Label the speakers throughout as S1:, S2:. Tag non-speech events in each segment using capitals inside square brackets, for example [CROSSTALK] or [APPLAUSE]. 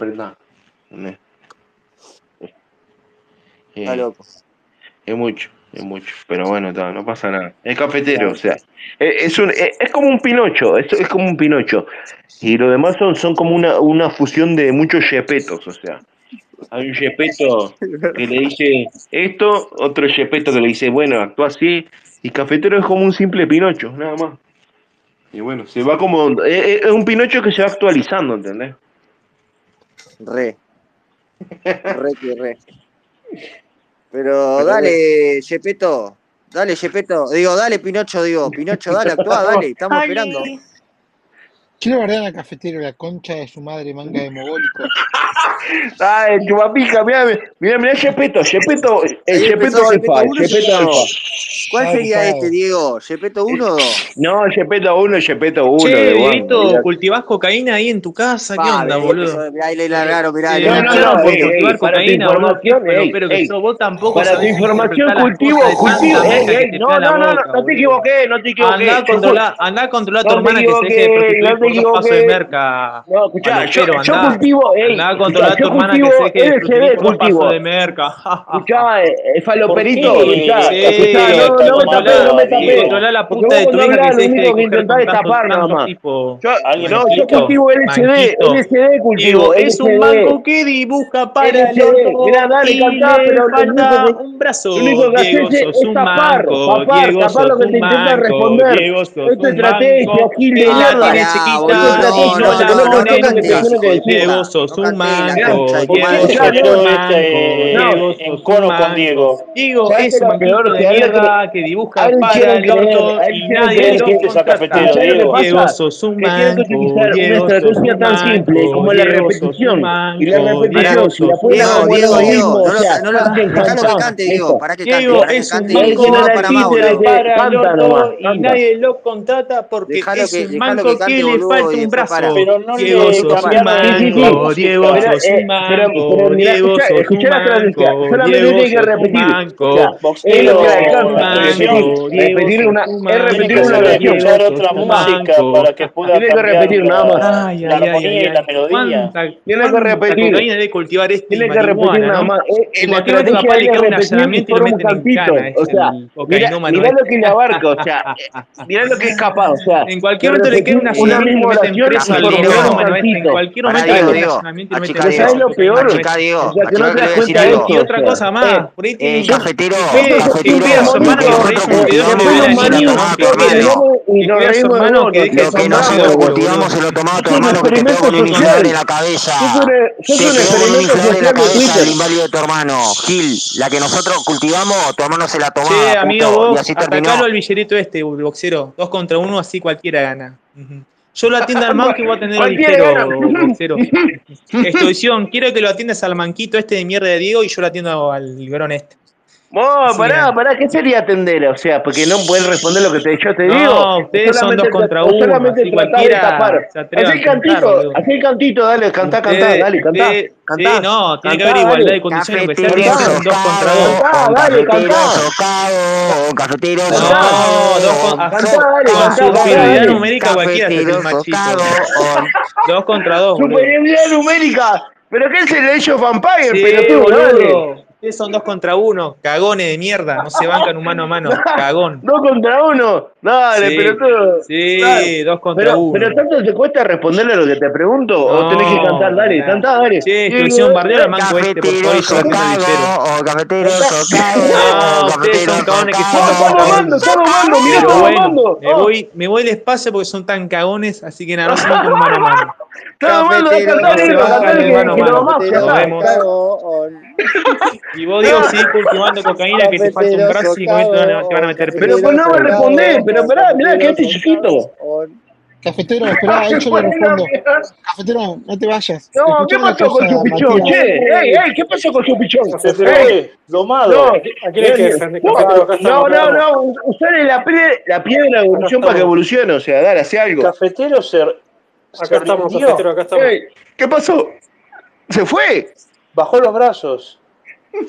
S1: Prenda. Né? Eh,
S2: Está loco.
S1: Es mucho, es mucho. Pero bueno, ta, no pasa nada. Es cafetero, o sea. eh, Es, es un, es, es como un pinocho, es, es como un pinocho. Y los demás son, son como una, una fusión de muchos yepetos, o sea. Hay un yepeto que le dice esto, otro yepeto que le dice, bueno, actúa así. Y cafetero es como un simple pinocho, nada más. Y bueno, se va como. eh, Es, es un pinocho que se va actualizando, ¿entendés?
S2: Re. Re que re. Pero dale, Yepeto. Dale, Yepeto. Digo, dale, Pinocho, digo. Pinocho,
S1: [LAUGHS]
S2: dale, actúa, dale. Estamos esperando.
S3: Quiero bardear a cafetero la concha de su madre, manga de mogólico.
S1: Ah, el chupapija, mirá, mirá, mirá, Yepeto, Yepeto, el
S2: Ahí
S1: Yepeto
S2: empezó Gepetto
S1: Alfa, el
S2: uno y
S1: Yepeto no.
S2: ¿Cuál
S3: Ah,
S2: sería
S3: claro.
S2: este, Diego? ¿Yepeto
S1: Eh,
S2: 1 o 2?
S1: No, Yepeto 1, Yepeto 1.
S4: che, Dieguito, ¿cultivás cocaína ahí en tu casa? ¿Qué onda, boludo?
S2: Ahí le largaron, mirá.
S4: Eh,
S2: le
S1: eh, no, no,
S2: largaron.
S1: no,
S4: por
S1: ey, ey,
S4: cultivar
S1: para tu
S4: cocaína, boludo, qué
S1: información, ey,
S4: falopero que
S1: ey.
S4: sos, vos tampoco
S1: Para tu
S4: sabés
S1: información,
S4: interpretar las
S1: cultivo,
S4: cosas de
S1: cultivo.
S4: tanta manera
S1: ey,
S4: que
S1: ey,
S4: te
S1: no,
S4: pega la
S1: no, no, no,
S4: boca,
S1: no te
S4: boludo.
S1: equivoqué, no te equivoqué.
S4: Andá a controlar, andá a controlar a tu
S1: No te
S4: hermana que se deje de
S1: equivoqué, no te
S4: prostituir por dos pasos de
S1: equivoqué.
S4: merca.
S1: No, escuchá, yo,
S4: Falopero,
S1: yo
S4: andá.
S1: cultivo, ey,
S4: Andá a
S1: escuchá,
S4: controlar a tu
S1: yo
S4: hermana que
S1: cultivo
S4: se deje de prostituir
S1: LCD,
S4: por dos
S1: cultivo.
S4: pasos de merca.
S1: Escuchá, eh, eh, faloperito,
S4: [LAUGHS] Sí,
S1: escuchá,
S4: sí,
S1: escuchá, no, no me
S4: controlá,
S1: tapé, no me
S4: Diego,
S1: tapé.
S4: controlá la
S1: Porque
S4: puta de
S1: vos
S4: tu
S1: no
S4: hija
S1: hablás,
S4: que se
S1: lo
S4: deje de
S1: único que
S4: coger con
S1: intentás es
S4: tanto-
S1: taparme
S4: tanto
S1: nomás.
S4: tipo.
S1: Yo,
S4: ¿Alguien
S1: no, yo
S4: explica?
S1: cultivo LCD,
S4: Banquito.
S1: LCD
S4: Diego,
S1: cultivo,
S4: es un
S1: banco
S4: mango que dibuja para el
S1: LCD.
S4: orto
S1: Mirá, dale,
S4: y
S1: cantá,
S4: le
S1: pero lo
S4: falta
S1: único que-
S4: un brazo.
S1: lo único que
S4: Diego,
S1: haces
S4: sos
S1: es
S4: un
S1: tapar,
S4: manco.
S1: tapar,
S4: Diego,
S1: tapar
S4: sos
S1: lo que te
S4: un
S1: intenta
S4: manco.
S1: responder.
S4: Diego, sos
S1: Esto es
S4: un
S1: estrategia,
S4: manco.
S1: Gil de
S4: Él la
S1: mierda.
S4: tiene
S2: Pará,
S4: chiquita
S2: boludo,
S4: y
S2: no,
S4: no la
S2: no, no,
S4: pone
S2: no, no,
S4: nunca.
S2: no, no,
S4: Diego,
S2: no,
S4: sos
S2: no,
S4: un
S2: no,
S4: manco.
S2: no, no,
S4: Diego,
S1: no,
S4: sos
S1: no,
S4: un
S1: no,
S4: manco.
S1: no,
S4: Diego,
S5: en
S4: sos
S5: coro
S4: un
S5: con
S4: manco.
S5: Diego.
S4: Digo,
S1: ¿Sabés
S4: es
S1: qué es
S4: un
S1: lo peor?
S4: manquito de
S1: Que ahora
S4: mierda que dibuja
S1: a él
S4: para
S1: quieren
S4: el orto
S1: creer, a él
S4: y
S1: quieren
S4: nadie
S1: creer
S4: lo
S1: que
S5: es esa
S4: contrata.
S5: cafetera,
S1: ¿Sabés lo que
S4: Diego,
S1: pasa?
S4: sos un
S1: Que tienen que
S4: manco.
S1: utilizar una
S4: Diego,
S1: estrategia
S4: sos
S1: tan
S4: un
S1: simple
S4: manco.
S1: como la
S4: Diego, sos
S1: repetición.
S4: un
S1: Y la
S4: manco.
S1: repetición, si la
S4: Diego,
S1: pones
S4: sos
S1: a
S2: Diego,
S4: un
S1: jugar lo
S2: Diego,
S1: mismo,
S2: Diego,
S1: o
S2: no lo,
S1: sea,
S2: no lo, dejá lo que cante, Diego, pará que cante,
S4: Diego
S2: pará que
S4: es un
S2: cante,
S1: Diego, Diego,
S2: que no va
S4: manco
S2: para
S1: Diego,
S2: más,
S4: que
S1: Diego,
S2: boludo.
S4: para el
S1: Canta nomás,
S4: orto y
S1: canta.
S4: nadie lo contrata porque
S2: Dejalo
S4: es
S2: que-
S4: un
S2: dejalo
S4: manco
S2: que
S4: que
S2: cante,
S4: le
S2: boludo, y
S4: falta un
S2: después
S4: brazo.
S2: para.
S5: Pero no le
S4: Diego sos un
S5: cambiaron.
S4: manco, Diego
S1: Mirá,
S4: sos
S1: eh,
S4: un
S1: pero- pero
S4: manco,
S1: mirá,
S4: Diego
S1: escuchá-
S4: sos un
S1: escuchá la traducción,
S4: manco,
S1: solamente
S4: Diego
S1: tiene que
S4: sos un
S1: repetir.
S4: manco.
S1: O sea, es
S5: Boxeo,
S1: lo que le
S4: Un
S1: alcanza,
S5: la
S1: repetir,
S4: mango,
S1: repetir una, es
S5: Tiene
S1: repetir
S5: que
S1: una
S5: hacer
S1: oración.
S5: escuchar
S4: Diego,
S5: otra
S4: sos un
S5: música
S4: manco.
S5: para que pueda
S1: Tiene que
S5: cambiar
S1: repetir
S5: la-
S1: nada más.
S4: Ay,
S5: la
S4: ay, ay,
S5: armonía
S4: ay,
S5: y la
S4: ay.
S5: melodía.
S4: Cuánta-
S1: Tiene que
S4: cuánta
S1: repetir.
S4: cocaína debe cultivar este
S1: Tiene que repetir
S4: marihuana,
S1: nada
S4: ¿no?
S1: más. Eh, eh, La
S4: Tipo, creo que
S1: estrategia
S4: capaz le
S1: es
S4: cae un
S1: repetir y
S4: allanamiento y
S1: por
S4: lo
S1: un
S4: meten en
S1: campito.
S4: cana.
S1: O sea, mirá,
S4: no,
S1: mirá lo que le abarca. O sea,
S4: [LAUGHS]
S1: eh, mirá lo que es capaz. O sea,
S4: En cualquier momento le
S1: repetir
S4: cae una allanamiento y
S1: misma
S4: lo meten
S1: oración
S4: preso
S1: y
S4: al
S1: por un
S2: Diego,
S4: marihuana. En
S1: campito.
S4: cualquier
S2: Pará,
S4: momento le
S2: Diego,
S4: cae un
S2: Diego,
S4: allanamiento y lo
S2: achica,
S4: meten
S1: Pero
S4: preso.
S1: ¿sabes
S2: Diego,
S1: lo peor?
S2: achica,
S1: O
S2: Diego,
S1: sea, que
S2: achica
S1: no
S2: lo
S1: te
S2: que le
S1: das
S2: voy a decir,
S1: cuenta de
S2: Diego.
S4: Y
S1: esto.
S4: otra cosa más, por ahí
S2: Eh,
S4: tiene
S2: cafetero,
S1: Pero,
S2: cafetero,
S1: estúpido,
S2: lo
S1: hermano,
S2: que nosotros
S1: eh,
S2: cultivamos
S1: estúpido,
S2: lo que se
S1: hermano,
S2: lo
S4: Dios,
S2: tomaba tu
S4: Dios,
S1: porque
S2: hermano.
S1: tenemos- y nos
S4: Cuidado,
S1: reímos de
S4: hermano,
S1: vos.
S4: que deje de
S2: Lo que nosotros
S4: boludo.
S2: cultivamos se lo tomaba tu
S1: Sos un
S2: hermano que te pegó
S1: experimento
S2: con un
S1: social.
S2: inflador en la cabeza.
S1: Sos un- sos
S2: Se
S1: un
S2: pegó con un
S1: experimento
S2: inflador en la
S1: social de
S2: cabeza
S1: Twitter.
S2: el inválido de tu hermano. Gil, la que nosotros cultivamos, tu hermano se la tomaba.
S4: Che,
S2: puto,
S4: amigo,
S2: Ah, y
S4: vos,
S2: así terminó.
S4: atacalo al billetito este, boxero. Dos contra uno, así cualquiera gana. Ujú. Yo lo atiendo al manco y voy a atender al
S1: Cualquiera
S4: ligero,
S1: gana.
S4: boxero. Estoición, quiero que lo atiendas al manquito este de mierda de Diego y yo lo atiendo al librón este.
S1: Vos,
S4: Sí,
S1: pará,
S4: mirá.
S1: pará, ¿qué sería atender? O sea, porque no puedes responder lo que te, yo te
S4: No,
S1: digo.
S4: ustedes son
S1: Solamente
S4: dos contra
S1: tra-
S4: uno,
S1: Solamente
S4: así
S1: tratar de
S4: cualquiera
S1: tapar.
S4: se atreve a
S1: Hacé el
S4: afrontar,
S1: cantito,
S4: boludo.
S1: hacé el cantito, dale, cantá, cantá,
S4: Ustedes-
S1: dale, cantá.
S4: ustedes-
S1: cantá,
S4: Eh, sí, no, tiene que
S1: cantá,
S4: haber
S1: dale.
S4: igualdad de condiciones, aunque sea que
S2: Cafetero
S4: sean dos contra dos.
S1: Cantá,
S2: socavo,
S1: dale,
S2: cafetero
S1: cantá.
S2: socavo, cafetero
S4: No, dos
S2: socavo.
S4: con- ah,
S1: Cantá, dale,
S4: con
S1: cantá, cantá,
S4: superioridad
S1: dale.
S4: numérica cualquiera se hace el [LAUGHS] machito.
S2: socavo.
S4: Dos contra dos, boludo.
S1: Superioridad numérica. ¿Pero qué es el Age of
S4: [LAUGHS]
S1: Vampire,
S4: Sí,
S1: pelotudo? Dale.
S4: boludo. Ustedes son dos contra uno, cagones de mierda, no se bancan un mano a [LAUGHS] mano, cagón.
S1: Dos contra uno. Dale,
S4: Sí,
S1: pelotudo.
S4: Sí,
S1: Dale.
S4: dos contra
S1: Pero,
S4: uno.
S1: pero tanto te cuesta responderle a lo que te pregunto o
S4: No,
S1: tenés que cantar, dale,
S4: nah.
S1: cantá, dale.
S4: Sí, exclusión bardero al manco este, por favor,
S2: Cafetero
S4: y yo lo atiendo al ligero.
S2: socavo, cafetero socavo.
S4: No, ustedes
S2: cafetero
S4: son cagones que
S1: No,
S2: socavo.
S4: son
S1: está mamando, está mamando, mirá,
S4: Pero
S1: está
S4: bueno,
S1: mamando.
S4: me voy, me voy despacio porque son tan cagones, así que nada, no se bancan un mano a mano.
S1: Está mamando, da cantar,
S4: Cafetero,
S1: negro, cantar que,
S4: hermano,
S1: que lo
S4: hermano,
S1: mamás, ya
S4: nos
S1: está. oh,
S4: vemos. Y vos [LAUGHS] digo, sí, cultivando cocaína que te falta un brazo y con esto no le- te van a meter
S1: Pero
S4: preso.
S1: pues no me respondés, pero pará, mirá, que este chiquito. [LAUGHS]
S3: Cafetero, esperá, ahí yo le respondo. Cafetero, no te vayas.
S1: No,
S3: Escuchá
S1: ¿qué
S3: una
S1: pasó con
S3: cosa,
S1: su pichón?
S3: Matías.
S1: Che, ey, ey, ¿qué pasó con su pichón?
S5: Se
S1: Ey,
S5: fue
S1: No,
S5: domado. ¿A quién es que dejan de cafetero? Acá
S1: no,
S5: estamos
S1: no,
S5: claros.
S1: no, usale la, pie- la piedra de evolución para que evolucione, o sea, dale, hace algo.
S5: Cafetero se.
S6: Acá estamos,
S5: rindió.
S6: cafetero, acá estamos.
S1: Ey, ¿Qué pasó? ¿Se fue?
S5: Bajó los brazos.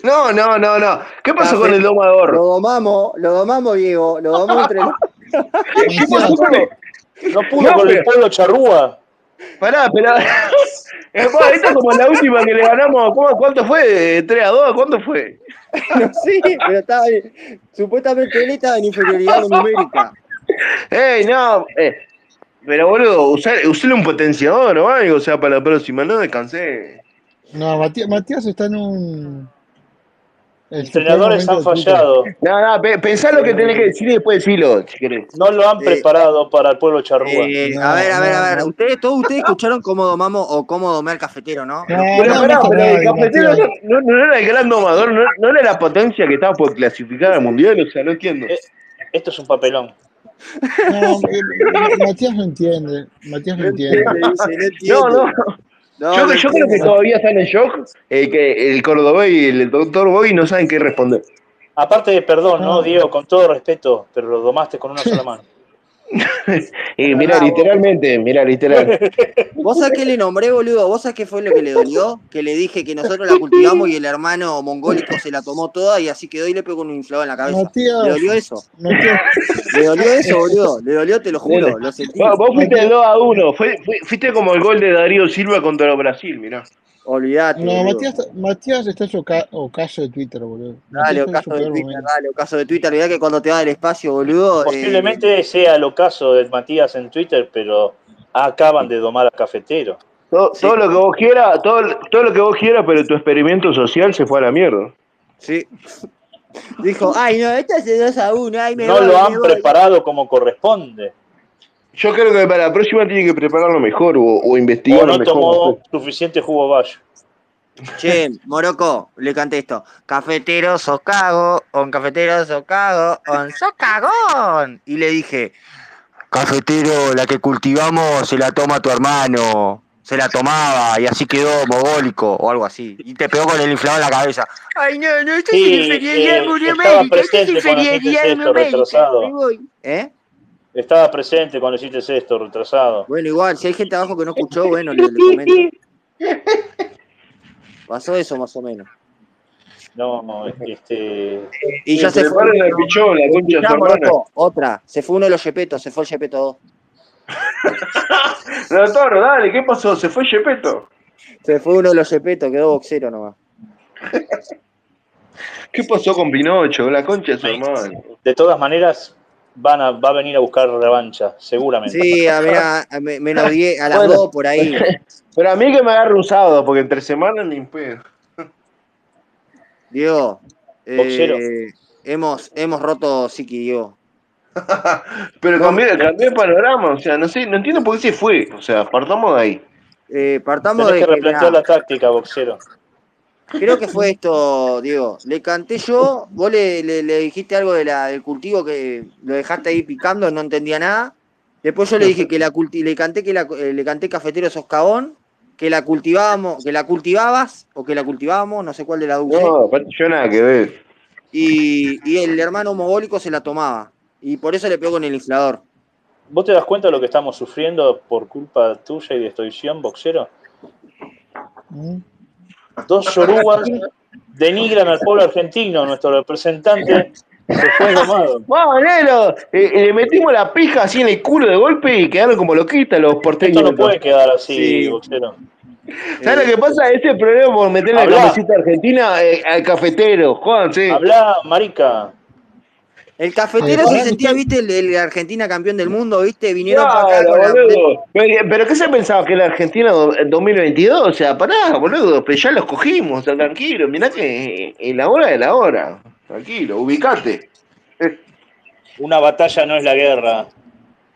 S1: No, no, no, no. ¿Qué pasó
S2: Café-
S1: con el domador?
S2: Lo domamos, lo domamos, Diego,
S4: [LAUGHS]
S2: lo domamos entre
S1: ¿Qué pasó con el-
S5: No pudo
S1: No,
S5: con
S1: pero-
S5: el pueblo charrúa.
S1: Pará,
S3: [LAUGHS]
S1: pero. Hermano, esta es como la última que le ganamos. ¿Cómo- ¿Cuánto fue? ¿3 a 2? ¿Cuánto fue?
S2: No sé, pero estaba en- Supuestamente él estaba en inferioridad numérica.
S1: ¡Ey, no! eh, Pero boludo, usar, usale un potenciador o algo, o sea, para la próxima, no descansé.
S3: No, Matías, Matías está en un. el
S5: Entrenadores
S3: peor
S5: han
S3: Este momento de su vida.
S5: fallado.
S1: No, no, pe- pensá lo que tenés que decir y después decirlo, si querés.
S5: No lo han
S2: Sí.
S5: preparado para el pueblo charrúa.
S2: [LAUGHS] Eh,
S3: No,
S2: a ver, a ver, a
S3: no,
S2: ver.
S3: no.
S2: Ustedes, todos ustedes escucharon cómo domamos o cómo domé al cafetero, ¿no?
S3: No,
S1: Pero
S3: Eh, no,
S1: pará,
S3: no,
S1: pero el
S3: no,
S1: cafetero
S3: Matías.
S1: no, no era el gran domador, no, no era la potencia que estaba por clasificar al mundial, o sea, no entiendo.
S5: Eh, Esto es un papelón.
S3: No, eh, Matías no entiende. Matías
S1: [LAUGHS]
S3: no entiende.
S1: No, no, yo, yo creo que
S2: entiendo.
S1: todavía están en shock, eh, que el Córdoba y el doctor Boy no saben qué responder.
S5: Aparte de perdón, ¿no,
S3: No.
S5: Diego? Con todo respeto, pero lo domaste con una
S2: [LAUGHS]
S5: sola
S2: Eh,
S5: mano.
S1: Y mira, literalmente, mira, [LAUGHS] literal.
S2: ¿Vos sabés qué le nombré, boludo? ¿Vos sabés qué fue lo que le dolió? Que le dije que nosotros la cultivamos y el hermano mongólico se la tomó toda y así quedó y le pegó un inflado en la cabeza. ¿Le
S3: Matías,
S2: dolió eso?
S3: Matías,
S2: ¿Le dolió
S5: [LAUGHS]
S2: eso, boludo? ¿Le dolió? Te lo juro, lo sentí.
S1: Vos, vos fuiste el 2 a 1, fue- fue- fuiste como el gol de Darío Silva contra Brasil, mirá.
S2: Olvidate.
S3: no,
S2: boludo.
S3: Matías, Matías está en su ca- ocaso de Twitter, boludo.
S2: Dale,
S3: Matías está
S2: ocaso de
S3: en su peor
S2: Twitter,
S3: momento.
S2: dale, ocaso de Twitter. Mirá que cuando te da el espacio, boludo. eh,
S5: Posiblemente sea el ocaso de Matías en Twitter, pero acaban de domar a Cafetero.
S1: Todo,
S2: Sí.
S1: todo lo que vos quieras, todo, todo lo que vos quieras, pero tu experimento social se fue a la mierda.
S2: Sí. [LAUGHS] Dijo, ay, no, esta es de 2 a 1, ay, me
S5: No
S2: voy,
S5: lo
S2: me
S5: han
S2: voy".
S5: preparado como corresponde.
S1: Yo creo que para la próxima tiene que prepararlo mejor o, o
S5: O
S1: investigarlo
S5: no
S1: mejor.
S5: tomó suficiente jugo bayo.
S2: Che, Moroco, le canté esto. Cafetero sos cago, on cafetero sos cago, on sos cagón. Y le dije, cafetero, la que cultivamos se la toma tu hermano. Se la tomaba y así quedó mogólico o algo así. Y te pegó con el inflado en la cabeza. Ay, no, no, esto
S5: Sí,
S2: es inferioridad
S5: eh,
S2: numérica.
S5: estaba
S2: Esto es
S5: presente cuando hiciste
S2: inferioridad
S5: esto,
S2: numérica.
S5: retrasado.
S2: me voy. ¿Eh?
S5: Estaba presente cuando hiciste esto, retrasado.
S2: Bueno, igual, si hay gente abajo que no escuchó, bueno, le, le comento. Pasó eso más o menos.
S5: No, no, este.
S2: Y ya se fue.
S1: Preparen al pichón, la concha de su
S2: Ya,
S1: hermana.
S2: Moroco, otra. Se fue uno de los Yepetos, se fue el Yepeto 2.
S1: Doctor, dale, ¿qué pasó? ¿Se fue Yepeto?
S2: Se fue uno de los Yepetos, quedó boxero nomás.
S1: ¿Qué pasó con Pinocho? La concha de su hermana.
S5: De todas maneras, van a, va a venir a buscar revancha, seguramente.
S2: Sí, a, mirá, a me- menos 10, a las
S1: Bueno.
S2: 2 por ahí.
S1: Pero a mí que me agarre un sábado, porque entre semanas ni pedo.
S2: Diego, eh,
S5: Boxero.
S2: hemos, hemos roto Siki, Diego.
S1: Pero cambié, cambié el panorama, o sea, no sé, no entiendo por qué se fue. O sea, partamos de ahí.
S2: Eh, partamos de
S5: Tenés que
S2: que,
S5: replantear la
S2: mirá,
S5: táctica, boxero.
S2: creo que fue esto, Diego. Le canté yo, vos le, le- le dijiste algo de la, del cultivo que lo dejaste ahí picando, no entendía nada. Después yo le dije que la culti- le canté que la, eh, le canté cafetero soscabón, que la cultivábamos, que la cultivabas o que la cultivábamos, no sé cuál de las dos. usé.
S1: No, aparte yo nada que ver.
S2: y, y el hermano mogólico se la tomaba. Y por eso le pegó con el inflador.
S5: ¿Vos te das cuenta de lo que estamos sufriendo por culpa tuya y de tu visión, boxero?
S3: ¿Mm?
S5: Dos yorubas denigran al pueblo argentino, nuestro representante se fue domado.
S1: Vamos, Nelo, eh, le metimos la pija así en el culo de golpe y quedaron como loquitas los porteños.
S5: Esto no puede quedar así,
S2: Sí.
S5: boxero.
S1: ¿Sabes lo que pasa? Ese es el problema por meterle
S5: Hablá.
S1: la camiseta argentina eh, al cafetero, Juan, sí.
S5: Habla, marica.
S2: El cafetero se
S3: Eh, pará,
S2: sentía,
S3: usted-
S2: viste, el, el Argentina campeón del mundo, viste, vinieron
S1: Claro,
S2: para acá con la-
S1: boludo. Pero, pero ¿qué se pensaba? ¿Que la Argentina do- en 2022? O sea, pará, boludo, pero ya los cogimos, o sea, tranquilo, mirá que en la hora de la hora. Tranquilo, ubicate.
S5: Una batalla no es la guerra.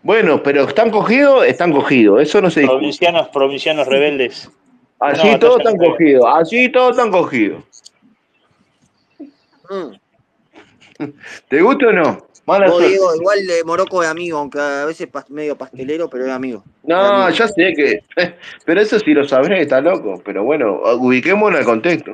S1: Bueno, pero están cogidos, están cogidos, eso no se discute.
S5: Provincianos, provincianos rebeldes.
S1: Así
S5: no,
S1: todos
S5: batalla
S1: están
S5: no.
S1: cogidos, así todos están cogidos.
S2: Mm.
S1: ¿Te gusta o no? Mala
S2: Vos,
S1: suerte.
S2: Diego, igual de Morocco es amigo, aunque a veces pas- medio pastelero, pero es amigo.
S1: No, ya sé que. [LAUGHS] Pero eso sí lo sabré, está loco. Pero bueno, ubiquémonos en el contexto.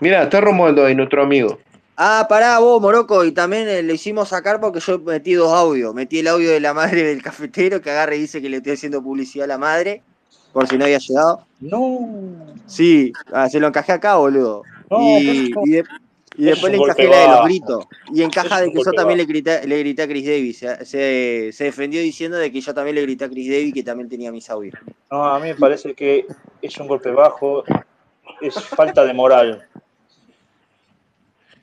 S1: Mira, está Romualdo ahí, nuestro amigo.
S2: Ah, pará, vos, Morocco, y también eh, le hicimos sacar porque yo metí dos audios. Metí el audio de la madre del cafetero que agarre y dice que le estoy haciendo publicidad a la madre, por si no había llegado.
S5: No.
S2: Sí, ah, se lo encajé acá, boludo.
S5: No,
S2: y,
S5: pero
S2: y de- Y
S5: Es
S2: después
S5: un
S2: le
S5: golpe
S2: encajé la de los
S5: bajo.
S2: gritos. Y encaja
S5: Es
S2: de
S5: un
S2: que yo
S5: golpe
S2: también le grité, le grité a Chris Davis. Se, se- se defendió diciendo de que yo también le grité a Chris Davis que también tenía mis audios.
S5: No, a mí me parece que es un golpe bajo, es falta de moral.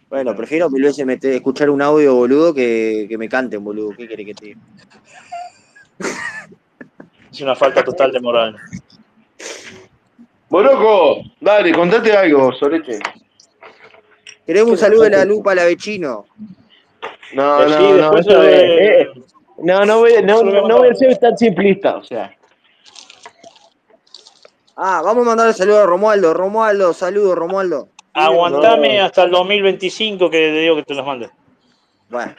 S2: Bueno, prefiero mil veces meter- escuchar un audio, boludo, que, que me canten, boludo. ¿Qué quiere que te diga?
S5: Es una falta total de moral.
S1: Boloco, dale, contate algo, Solete.
S2: Queremos un saludo de la lupa la vecino.
S1: [LAUGHS] No,
S5: Sí,
S1: no, no,
S5: después
S1: eso
S5: de-
S1: es- eh, no, no voy, no, no voy a ser tan simplista, o sea.
S2: Ah, vamos a mandarle saludo a Romualdo. Romualdo, saludo, Romualdo.
S5: Aguantame hasta el 2025 que te digo que te los mande.
S2: Bueno,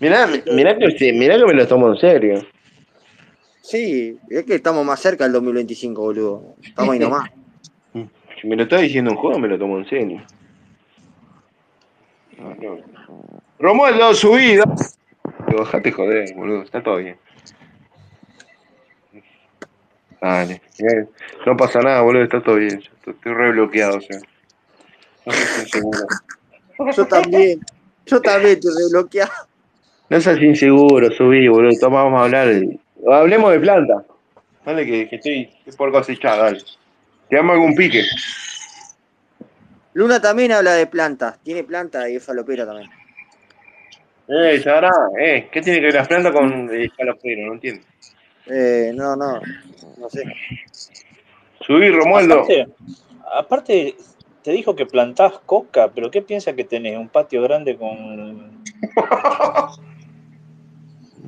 S1: Mirá, mirá, que, sí, mirá que me lo tomo en serio.
S2: sí, es que estamos más cerca del 2025, boludo. Estamos ahí nomás.
S1: Si me lo está diciendo un juego, me lo tomo en serio. No, no. Romualdo, subí. da- Bajate, joder, boludo, está todo bien. Dale, bien. no pasa nada, boludo, está todo bien. Yo to- Estoy rebloqueado, o sea. No seas inseguro.
S2: Yo también. Yo también te desbloqueé.
S1: No seas inseguro, subí, boludo. Toma, vamos a hablar. de- Hablemos de planta. Dale, que, que estoy, estoy por cosechar, dale. Te amo algún pique.
S2: Luna también habla de plantas. Tiene planta y es falopera también.
S1: Eh, sabrá, eh, ¿qué tiene que ver las plantas con eh, jalopero? No entiendo.
S2: Eh, no, no. No sé.
S1: Subí, Romualdo.
S5: Aparte, aparte, te dijo que plantás coca, pero ¿qué piensas que tenés? ¿Un patio grande con...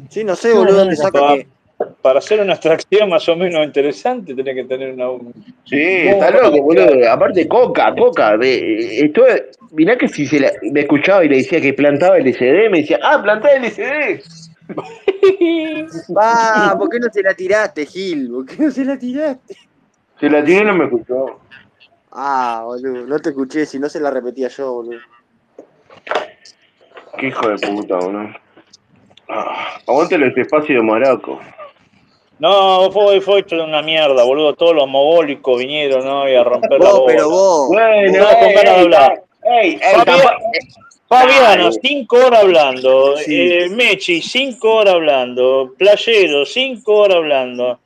S2: Sí, no sé, boludo, dónde saca
S5: papá.
S2: que.
S5: Para hacer una extracción más o menos interesante tenés que tener una...
S1: Sí, está loco, boludo. Aparte, coca, coca. ve, esto es- mirá que si se la- me escuchaba y le decía que plantaba LCD, me decía, ah, plantá LCD.
S2: Va, ¿por qué no se la tiraste, Gil? ¿Por qué no se la tiraste?
S1: Se la tiré y no me escuchó.
S2: Ah, boludo, no te escuché, si no se la repetía yo, boludo.
S1: Qué hijo de puta, boludo. Ah, aguante el espacio de Maraco.
S5: No, fue, fue hecho de una mierda, boludo. Todos los mogólicos vinieron ¿no? y a romper la
S2: Vos,
S5: bola.
S2: pero vos.
S1: Bueno,
S5: Estaba con ganas de hablar.
S1: Ey, ey,
S5: Fabián.
S1: tampa-
S5: Fabiano,
S1: Dale.
S5: cinco horas hablando.
S2: Sí.
S5: Eh, Mechi, cinco horas hablando. Playero, cinco horas hablando.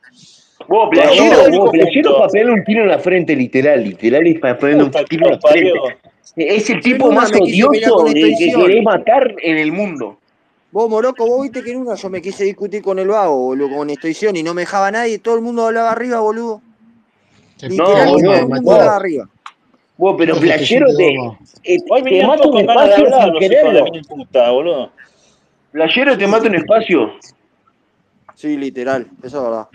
S1: Vos,
S5: Vos,
S1: playero,
S5: vos,
S1: vos, playero
S5: puto.
S1: para pegarle un tiro en la frente, literal, literal, es para pegarle un
S5: Puta que
S1: tiro en la
S5: lo parió.
S1: frente. Es el tipo
S2: Luna
S1: más
S2: me quiso pelear
S1: odioso
S2: con esta
S1: de que
S2: edición.
S1: querés matar en el mundo.
S2: Vos, Moroco, vos viste que en una yo me quise discutir con el vago, boludo, con Estoición y no me dejaba nadie, todo el mundo hablaba arriba, boludo.
S3: Te
S1: No,
S2: Literal,
S1: boludo,
S2: todo
S1: me
S2: el mundo
S1: mató.
S2: hablaba arriba.
S1: Vos, pero
S3: No,
S1: playero
S3: te
S1: te,
S3: siento
S1: eh,
S5: Hoy
S1: te
S5: vinieron
S1: mata
S5: todos
S1: un
S5: con
S1: espacio
S5: ganas de hablar,
S1: sin
S5: los hijos de la
S1: quererlo.
S5: mil puta, boludo.
S1: Playero te mata un espacio.
S2: Sí, literal, eso es verdad.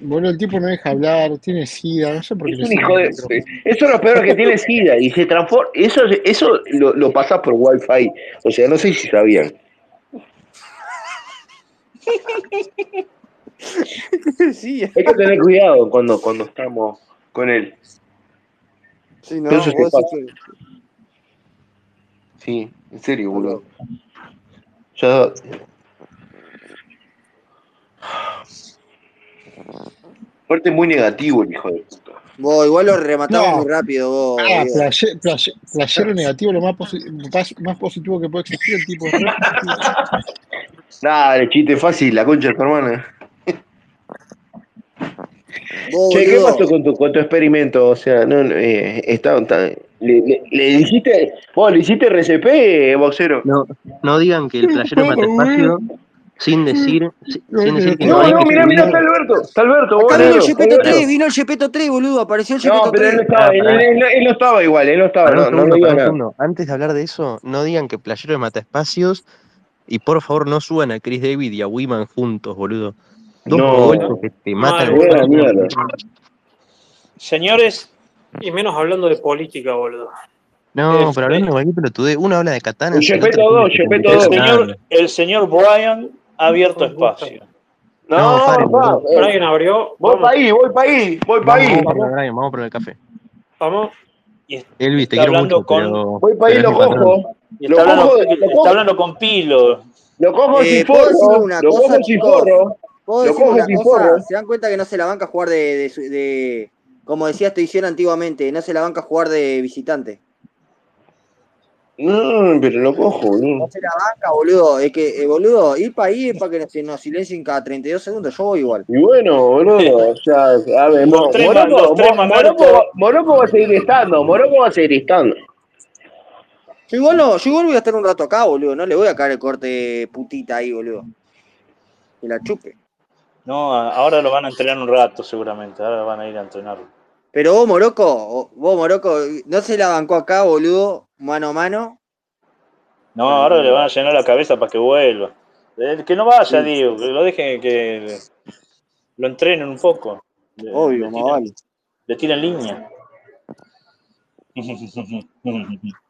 S3: Boludo, el tipo no deja hablar, tiene sida, no sé por qué
S1: Es
S3: le
S1: un
S3: sacan
S1: hijo de...
S3: el micrófono.
S1: Eso es lo peor que tiene SIDA y se transforma... Eso, eso lo, lo pasás por Wi-Fi. O sea, no sé si sabían.
S2: [LAUGHS] sí, eh.
S1: Hay que tener cuidado cuando, cuando estamos con él.
S2: sí, no,
S1: Pero eso es
S2: vos este,
S1: capaz.
S2: sos-
S1: Sí, en serio, boludo. Yo... Aparte muy negativo el hijo de puta.
S2: vos igual lo rematamos
S3: No.
S2: muy rápido, vos.
S3: Ah,
S2: boludo.
S3: playe- playe- playero negativo, lo más, posi- más- más positivo que puede existir el tipo.
S1: Dale, chiste fácil, la concha de tu hermana.
S2: Vos,
S1: Che, ¿qué
S2: boludo,
S1: pasó con tu, con tu experimento? O sea, no, no, eh, está, está- le, le- le hiciste, vos le hiciste RCP, eh, boxero.
S6: No, no digan que el playero mata espacio sin decir, sin sin decir que
S1: No,
S6: no hay
S1: no,
S6: que
S1: mirá, mirá,
S6: subir.
S1: está Alberto, está Alberto,
S2: Acá vino el
S1: boludo.
S2: Chepeto 3, vino el Chepeto 3, boludo, apareció
S1: No,
S2: el Chepeto
S1: pero él no
S2: 3.
S1: estaba,
S6: Ah,
S1: él,
S6: pará.
S1: él no- él no estaba igual, él no estaba,
S6: Pará un
S1: no, no,
S6: segundo,
S1: digo
S6: pará un
S1: nada.
S6: segundo. Antes de hablar de eso, no digan que Playero mata espacios y por favor no suban a Chris David y a Wiman juntos, boludo. Dos
S1: No. Ah,
S6: golpes que te matan. el
S1: buena
S6: espacio.
S1: mierda.
S5: Señores,
S7: Y menos hablando de política, boludo.
S6: No,
S5: Eh,
S6: pero hablando de cualquier pelotudez, uno habla de katana.
S1: este. Un Gepetto dos, Gepetto
S5: el
S1: dos.
S5: señor, el señor Brian ha abierto espacio.
S1: No,
S6: No, paren,
S1: pa,
S6: boludo.
S1: eh,
S7: Brian abrió.
S1: voy
S7: Vamos.
S1: para ahí, voy para ahí, voy para
S6: Vamos,
S1: ahí.
S6: vamos, por el Brian, vamos por el café.
S7: vamos.
S5: Y, es-
S6: Elvis, te
S5: Está
S6: quiero
S5: hablando
S6: mucho,
S5: con-
S6: pero...
S1: Voy para ahí,
S6: pero
S1: lo
S6: es mi patrón.
S1: cojo.
S5: y
S1: Lo
S5: está, hablando,
S1: cojo, lo
S5: está
S1: cojo.
S5: hablando con Pilo.
S1: Lo cojo
S2: Eh,
S1: sin
S2: ¿puedo decirle
S1: forro.
S2: una
S1: Lo
S2: cosa,
S1: cojo sin
S2: chicos?
S1: forro.
S2: ¿Puedo
S1: Lo
S2: decir
S1: cojo
S2: una
S1: sin
S2: cosa?
S1: forro.
S2: ¿Se dan cuenta que no se la banca jugar de, de, su- de- como decía Estoición antiguamente, no se la banca jugar de visitante?
S1: No, Mm, pero lo cojo,
S2: No
S1: boludo.
S2: se la banca, boludo. Es que, eh, boludo, ir para ahí para que nos, nos silencien cada 32 segundos. Yo voy igual.
S1: Y bueno, boludo, o sea, a ver, Mo-
S5: Los tres
S1: Morocco,
S5: mandos, tres
S1: Mo-
S5: mandatos.
S1: Morocco va- Morocco va a seguir estando, Morocco va a seguir estando.
S2: Yo igual, no, yo igual voy a estar un rato acá, boludo. No le voy a caer el corte putita ahí, boludo. Que la chupe.
S5: No, a- ahora lo van a entrenar un rato seguramente, ahora lo van a ir a entrenar.
S2: Pero vos, Moroco, o- vos, Moroco, no se la bancó acá, boludo, mano a mano.
S5: No, ahora le van a llenar la cabeza para que vuelva. Eh, Que no vaya, digo, que lo dejen que lo entrenen un poco. Le-
S2: Obvio,
S5: le
S2: más
S5: tiran-
S2: vale.
S5: Le tiran línea. [LAUGHS]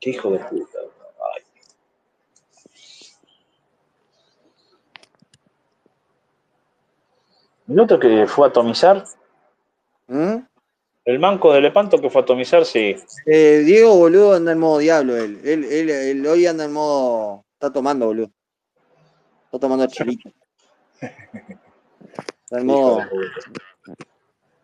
S5: Qué hijo de puta. Ay. El otro que fue a atomizar,
S2: ¿Mm?
S5: el manco de Lepanto que fue a atomizar, sí.
S2: Eh, Diego, boludo, anda en modo diablo él. Él, él, él hoy anda en modo. Está tomando, boludo.
S5: [LAUGHS]
S2: Está tomando chilito. Está en
S5: Hijo
S2: modo.
S5: de puta.